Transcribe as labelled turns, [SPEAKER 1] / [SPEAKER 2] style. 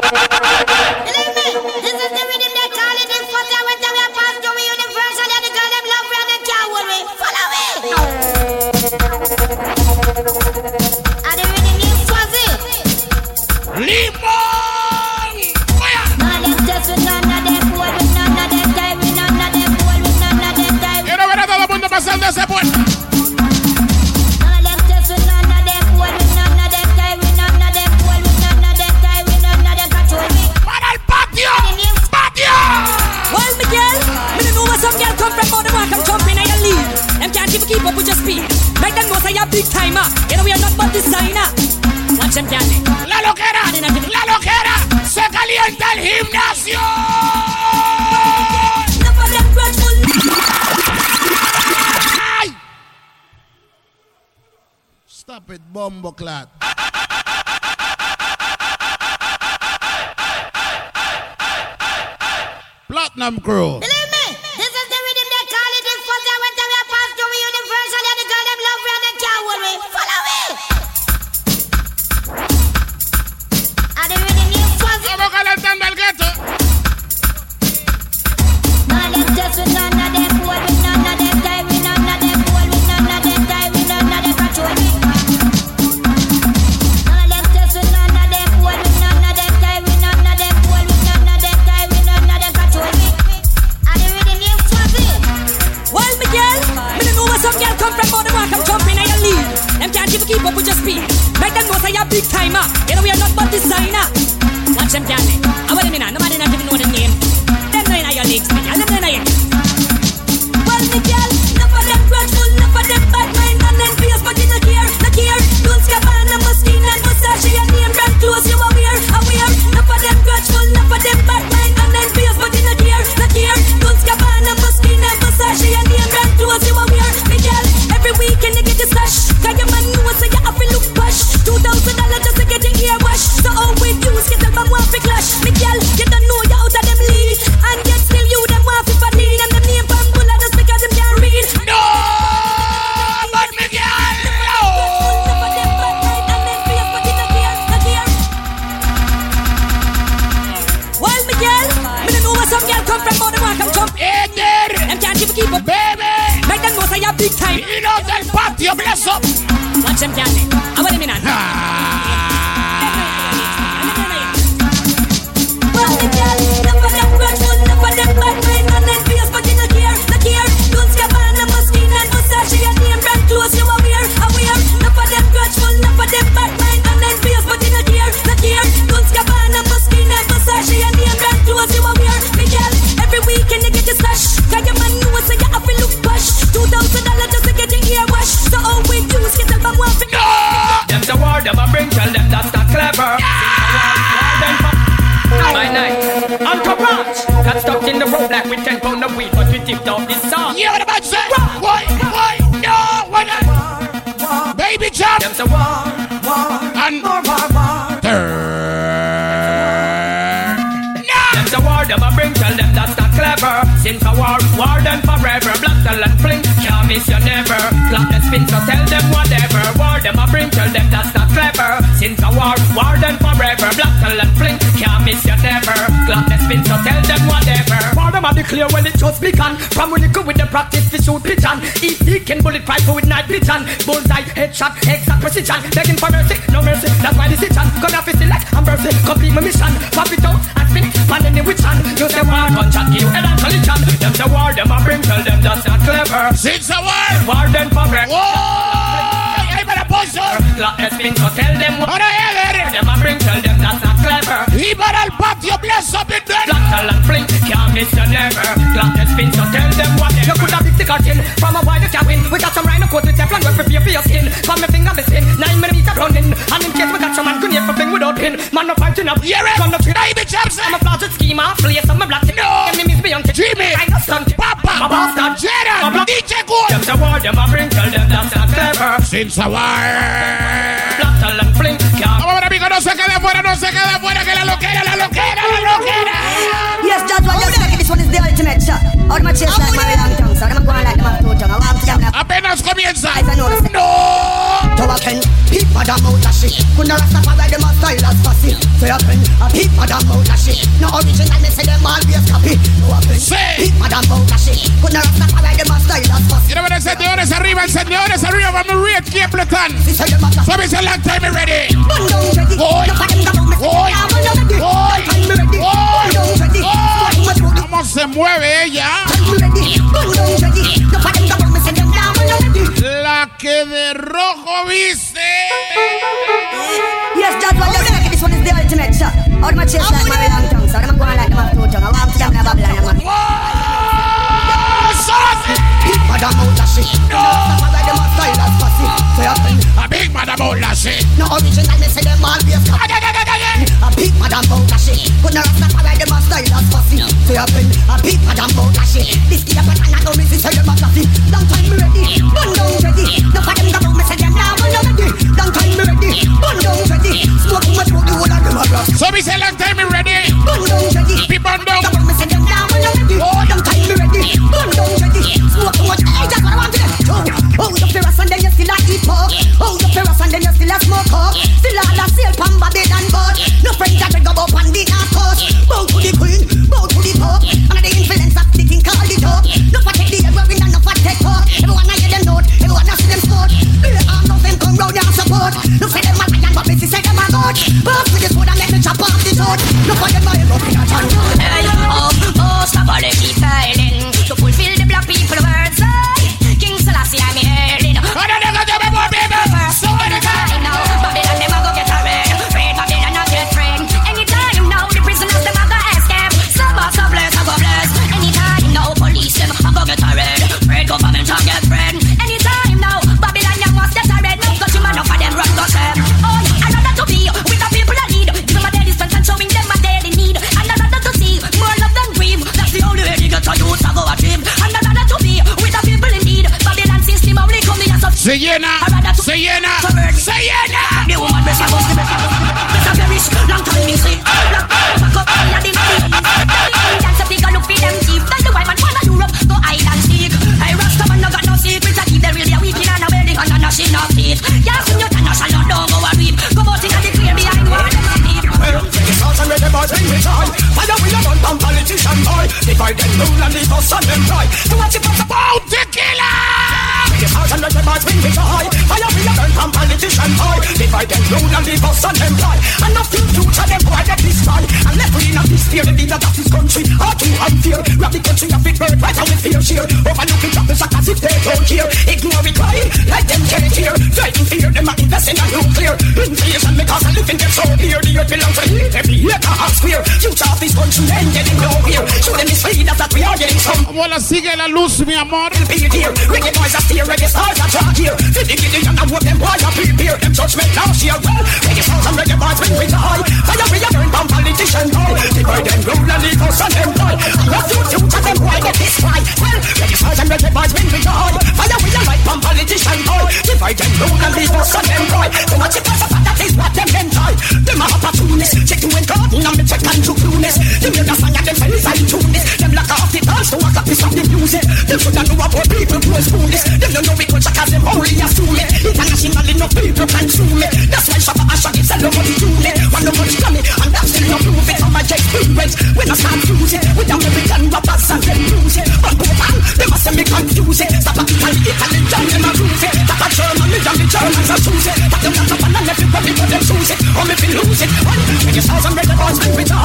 [SPEAKER 1] Believe me, this is the rhythm they call it. This what they went away past through universal. And the girl them love and they can't hold me. Follow me. And the rhythm is fuzzy. None of them test with none of them boy with none of them time with none of them boy with none of them time.
[SPEAKER 2] Quiero ver a todo el mundo pasando ese puente.
[SPEAKER 1] None of them test with none of them boy with none of them time with none of them boy with none of them time with none of them control me.
[SPEAKER 2] ¡Para el patio! ¡Patio!
[SPEAKER 3] Well, me girl, me don't know where some girl come from, but them walk and jump in and leave. Them can't even keep up with your speed. Make them know say you're big timer. You know we are not but designer. Watch them, can they?
[SPEAKER 2] ¡La loquera! ¡La loquera! ¡Se calienta el gimnasio!
[SPEAKER 3] Enough of them grudgeful.
[SPEAKER 2] ¡Ay!
[SPEAKER 4] Stop it, bombo clat. Platinum crew.
[SPEAKER 1] Believe me, this is the rhythm they call it. This was their winter we pass through me universal. And the girl them love me and they can't hold me. Follow me. And the rhythm is fuzzy.
[SPEAKER 2] ¡Vamos calentando el gueto!
[SPEAKER 1] None of them test with none of them boy with none of them die with none of them boy with none of them die with none of them control me. None of them test with none of them boy with none of them die with none of them boy with none of them die with none of them control me. And the rhythm is fuzzy.
[SPEAKER 3] Well, me girl, me don't know where some girl come from, but them walk and jump in and leave. Them can't even keep up with your speed. Make them know say you're big timer. You know we are not but designer. Watch them, can they? I want them in. Nobody not even know the name. Them know inna your legs, me girl. Them know inna your. Well, me girl, enough of them grudgeful, enough of them bad mind and envious, but you no care, no care. Don't scab on a muskine and mustache, your name brand clothes you aware, aware. Enough of them grudgeful, enough of them bad mind and envious, but you no care, no care. Don't scab on a muskine and mustache, your name brand clothes you aware, me girl. Every weekend you get your stash, cause your man know say you have to look posh. Two thousand dollars just to get your ear wash. So how we use get them one fi clash, me girl. You don't know you out of them league, and yet still you them one fi for need, and them name from bull just because them can't read.
[SPEAKER 2] ¡No! ¡Por Miguel! ¡No!
[SPEAKER 3] Well, me girl, me don't know where some girl come from, but them walk and jump.
[SPEAKER 2] ¡Eder!
[SPEAKER 3] Them can't even keep up.
[SPEAKER 2] ¡Bebe!
[SPEAKER 3] Make them know say you're big time.
[SPEAKER 2] ¡Y los del patio! ¡Bless up!
[SPEAKER 3] Watch them, can't they? I want them in hand.
[SPEAKER 2] Ah,
[SPEAKER 3] Well, me girl, enough of them grudgeful, enough of them bad mind and envious, but you no care, no care. Don't scab on a muskine and mustache, your name brand clothes you aware, aware. Enough of them grudgeful, enough of them bad mind and envious, but you no care, no care. Don't scab on a muskine and mustache, your name brand clothes you aware, me girl. Every weekend you get your stash, cause your man know say you have to look posh. Two thousand dollars just to get your ear wash. So how we use get album one fi-
[SPEAKER 5] Them the war, them a bring, tell them that's not clever. My night, Uncle Ranch, got stuck in the road like with 10 pound of weed, but we tipped off this song.
[SPEAKER 2] ¡Lleva la mancha! ¡Voy! ¡Voy! ¡No! ¡Voy! no. ¡Baby Jump!
[SPEAKER 5] Them the war, war,
[SPEAKER 2] And-
[SPEAKER 5] war, war, war.
[SPEAKER 2] ¡No!
[SPEAKER 5] Them the war, them a bring, tell them that's not clever. Since a war, war them forever. Black tell and fling, can't miss you never. Black the spin, so tell them whatever. War them a bring, tell them that's not clever. Since a war, war them forever. Black tell and fling, can't miss you never. Black the spin, so tell them whatever. War them a declare when it just begun. From when you go with the practice to shoot pigeon. Eat deacon, bullet rifle with night pigeon. Bullseye, headshot, exact precision. Begging for mercy, no mercy, that's my decision. Gonna fist select and mercy, complete my mission. Pop it out and spin it, man any which hand. You say war, gunshot, kill you, and I'm collision. Them say war, them a bring, tell them that's not clever.
[SPEAKER 2] ¡Sin sabor!
[SPEAKER 5] War them for bread.
[SPEAKER 2] ¡Voy! ¡Ahí va la ponzo!
[SPEAKER 5] Lot has been, so tell them what
[SPEAKER 2] Para Eder
[SPEAKER 5] them a bring, tell them that's not clever.
[SPEAKER 2] y para el patio Bless up in there.
[SPEAKER 5] Black tell and fling, can't miss you never. Black has been, so tell them what You could have picked the curtain from a while you can win. We got some rhino coat with Teflon, well prepare for your skin. From my finger, my skin, nine millimeter running. And in case we got some man grenade for thing without pin. Man, no fighting up.
[SPEAKER 2] Hear it?
[SPEAKER 5] Come to trigger.
[SPEAKER 2] Baby
[SPEAKER 5] I'm a
[SPEAKER 2] Johnson.
[SPEAKER 5] flautist schemer, play some black tip.
[SPEAKER 2] No.
[SPEAKER 5] Enemies beyond tip.
[SPEAKER 2] Jimmy.
[SPEAKER 5] I know something.
[SPEAKER 2] Papa.
[SPEAKER 5] A bastard. A
[SPEAKER 2] Gerard.
[SPEAKER 5] black-
[SPEAKER 2] DJ
[SPEAKER 5] Them
[SPEAKER 2] Good.
[SPEAKER 5] the war, them a bring, tell them that's not clever.
[SPEAKER 2] Sin sabor.
[SPEAKER 5] Black tell and fling, can't
[SPEAKER 2] Vamos, amigo, no se quede fuera, no se quede fuera, que la loquera, la loquera, la loquera.
[SPEAKER 6] Yes, that's why you're saying this one is the ultimate shot. Out of my chest like my long tongue, so I'm going like them have two tongue. I walk to them like
[SPEAKER 2] Apenas comienza.
[SPEAKER 6] I know.
[SPEAKER 2] No.
[SPEAKER 6] two again. People
[SPEAKER 7] bad amount of shit. Could not Rastafari them a style as fussy. Say again, a big bad amount of shit. No original, me say them always copy. No offense,
[SPEAKER 2] Say.
[SPEAKER 7] big bad amount of shit. Could not Rastafari them a style as fussy.
[SPEAKER 2] You know what the encendedores arriba, encendedores arriba, vamos a reír, Cape Lecan.
[SPEAKER 7] Me say them a copy.
[SPEAKER 2] So it's a long time already.
[SPEAKER 7] Bun down ready.
[SPEAKER 2] Boy.
[SPEAKER 7] No for them go me.
[SPEAKER 2] Boy.
[SPEAKER 7] I'm on
[SPEAKER 2] Boy.
[SPEAKER 7] ready. Don't time me ready. Bun down ready.
[SPEAKER 2] Boy.
[SPEAKER 7] Squat my throat.
[SPEAKER 4] ¿Cómo se mueve ella?
[SPEAKER 7] Time me ready. Bun down ready. No for them go me. Say them now. I'm on ready.
[SPEAKER 4] La que de rojo viste.
[SPEAKER 6] Yes, that's what that's like. This one is the ultimate shot. Out my chest like my long tongue. So I'm going like them have two tongue. I want to jam like Babylon. I'm a-
[SPEAKER 2] Sausage.
[SPEAKER 7] Big bad amount of shit. No Rastafari them a style as fussy. Say again,
[SPEAKER 2] A big man about that shit.
[SPEAKER 7] no original. Me say them always copy.
[SPEAKER 2] Ah, da, da, da, da, da.
[SPEAKER 7] A big madam bout a shit Couldn't Rastafari them a style as fussy So you been a big madam bout a shit This year but I know me see say them a fluffy Long time me ready, bun down ready No for them go round me say them now I'm not ready Long time me ready, bun down ready Smoke my throat the whole of them a rust
[SPEAKER 2] So it's a long time already.
[SPEAKER 7] Bun down ready
[SPEAKER 2] Be bun down.
[SPEAKER 7] Go round me say them now I'm not ready Long time me ready, bun down ready Smoke much, hey that's what I want to do Hold up the rust and then you still a eat pork Hold up the rust and then you still a smoke up Still all a sail from Babylon boat No friends that go up on the north coast Bow to the queen, bow to the pope Under the influence of the king called the dope No for take the air, we're in and no for take talk Everyone I hear them note, everyone I see them sport Do the arm of them come round and support No say them a lion, but me see say them a goat Burst with the sword and let me chop off the throat No for them a hero, me not John Doe
[SPEAKER 8] Hey, oh, oh, stop all the keep hurling To fulfill the black people words eh? King Selassie I'm hurling
[SPEAKER 2] Ah, da, da, da, da, da, da, da, da.
[SPEAKER 8] First
[SPEAKER 2] Somebody
[SPEAKER 8] every
[SPEAKER 2] come.
[SPEAKER 8] time now Babylon them a go get a red Red Babylon a get red Anytime now the prisoners them a go escape Some are so blessed, some are blessed Anytime now police them a go get a red Red government a get red Anytime now Babylon young was get a red Now go to man off of them run go save Oh, I'd rather to be with the people I need Give them a daily spend and showing them a daily need And I'd rather to see more love than dream That's the only way to get a youth a go a dream And I'd rather to be with the people in need Babylon system only come in as a
[SPEAKER 2] Se llena, se llena, se llena.
[SPEAKER 8] the woman best I must be best. Best I perish. Long time me see. Black man, back up, I didn't see. Dance a big a look for them cheap. Tell the white man, wanna Europe, go hide and seek. I rasta man, no got no secrets. I keep the real, yeah, we clean and a wedding and a nation of teeth. Yeah, soon you turn, I shall not know, go a reap. Come out in a declare behind wall and sleep.
[SPEAKER 2] Oh, tequila. ¿Cómo la sigue la luz, mi amor?
[SPEAKER 7] Be here, reggae boys are steer, reggae stars are draw here. Fifty giddy young and them boys are prepare. Them judgment now sheer. Well, reggae stars and reggae boys when we die. Fire we are burn from politician high. Divide them rule and leave us and them die. What you do to them why get this right? Well, reggae stars and reggae boys when we die. Fire we are right from politician high. Divide them rule and leave us and them die. So much it was a that is what them enjoy. Them are opportunists. Check to and garden and me check and to clueless. Them hear the song and them say it's I tune this. Them lock off the dance to walk up the song the music. Them should know about people who is foolish. Them don't know we could check out them only as soon it. International enough people consume it. That's why Shabba Asha gives a lot of unit. One of us done it and that's still not prove it. How much experience when I start using with American rappers and them music. But go on, they must make confuse it. Stop at Italy, Italy, John, them a groove it. Stop at Germany, John, the Germans are choose it. But them not up and everybody but them choose it. Oh, me feel lose it. Well, when you saw some red boys, when we die.